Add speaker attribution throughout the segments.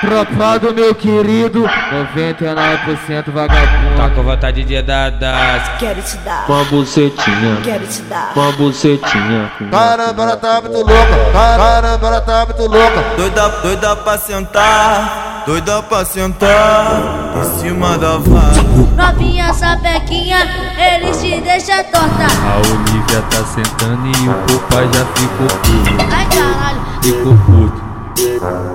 Speaker 1: Tropa do meu querido, 99%
Speaker 2: Tá
Speaker 1: vagabundo.
Speaker 2: com vontade de tá, dar das.
Speaker 3: Quero te dar,
Speaker 4: uma bucetinha,
Speaker 3: quero te dar.
Speaker 4: uma bucetinha.
Speaker 5: Caramba, ela tá muito louca. Caramba, ela tá muito louca.
Speaker 6: Doida, doida pra sentar, doida pra sentar em cima da vaca.
Speaker 7: Novinha sapequinha, eles te deixam torta.
Speaker 8: A Olivia tá sentando e o papai já ficou puto,
Speaker 7: Ai caralho,
Speaker 8: ficou puto,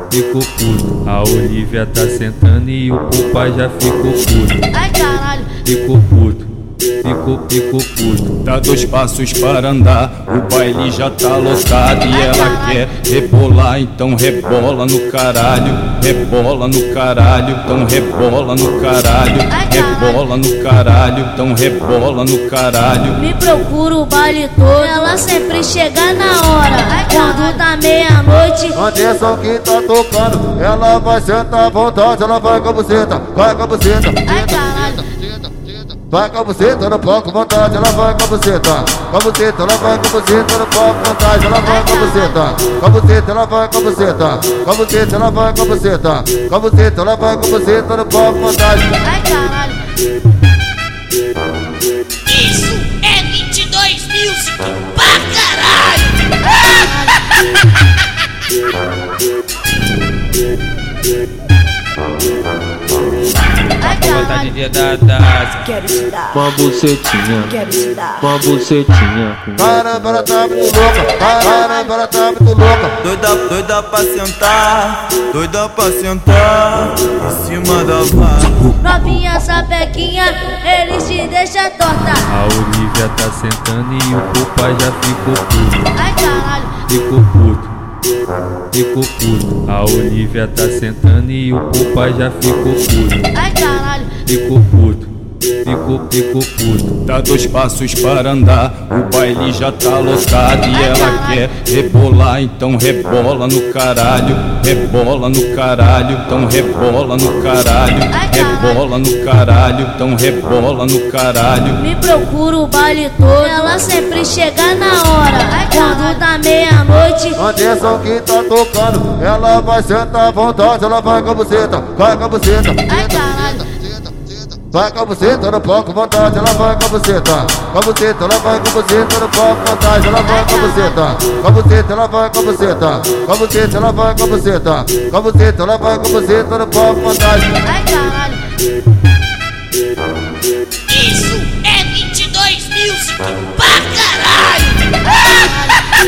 Speaker 8: ficou puto. A Olivia tá sentando e o papai já ficou puto,
Speaker 7: ai caralho,
Speaker 8: ficou puto, ficou, ficou puto.
Speaker 9: Dá dois passos para andar, o baile já tá lotado e ela quer rebolar, então rebola no caralho, rebola no caralho, então rebola no caralho, rebola no caralho, então rebola no caralho.
Speaker 7: me procura o baile todo. Ela sempre chega na hora. Quando dá meia-noite,
Speaker 5: Anderson que tá tocando, ela vai sentar à vontade, ela vai com a buceta, vai com a buceta.
Speaker 7: ai caralho,
Speaker 5: Vai com a buceta no palco, vontade, ela vai com a buceta. Com a buceta, ela vai com a buceta no palco, vontade, ela vai com a buceta. Tá, Com a buceta, ela vai com a buceta. Com a buceta, ela vai com a buceta. Com a buceta, ela vai com a buceta no palco, vontade.
Speaker 7: ai caralho.
Speaker 10: Isso é 22 Music pra caralho!
Speaker 8: Tá
Speaker 7: Ai
Speaker 2: Com vontade de tá. dar das.
Speaker 3: Quero te dar,
Speaker 4: Uma bucetinha,
Speaker 3: quero te dar.
Speaker 4: uma bucetinha.
Speaker 5: Caramba, ela tá muito louca. Caramba, ela tá muito louca.
Speaker 6: Doida, doida pra sentar, doida pra sentar em cima da vaca.
Speaker 7: Novinha sapequinha, eles te deixam torta.
Speaker 8: A Olivia tá sentando e o papai já ficou puto,
Speaker 7: Ai caralho,
Speaker 8: ficou puto, ficou puto. A Olivia tá sentando e o papai já ficou puto,
Speaker 7: ai caralho,
Speaker 8: ficou puto, ficou, ficou puto.
Speaker 9: Dá dois passos para andar, o baile já tá lotado e ela quer rebolar, então rebola no caralho, rebola no caralho, então rebola no caralho,
Speaker 8: é
Speaker 9: rebola no caralho, então rebola no caralho.
Speaker 7: me procura o baile todo. Ela sempre chega na hora. Quando dá meia-noite,
Speaker 5: Anderson que tá tocando, ela vai sentar à vontade, ela vai com a buceta, vai com a buceta.
Speaker 7: ai caralho,
Speaker 5: Vai com a buceta no palco, vontade, ela vai com a buceta. Com a buceta, ela vai com a buceta no palco, vontade, ela vai com a buceta. Com a buceta, ela vai com a buceta. Com a buceta, ela vai com a buceta. Com a buceta, ela vai com a buceta no palco, vontade.
Speaker 7: ai caralho.
Speaker 10: Isso é 22 Music pra caralho!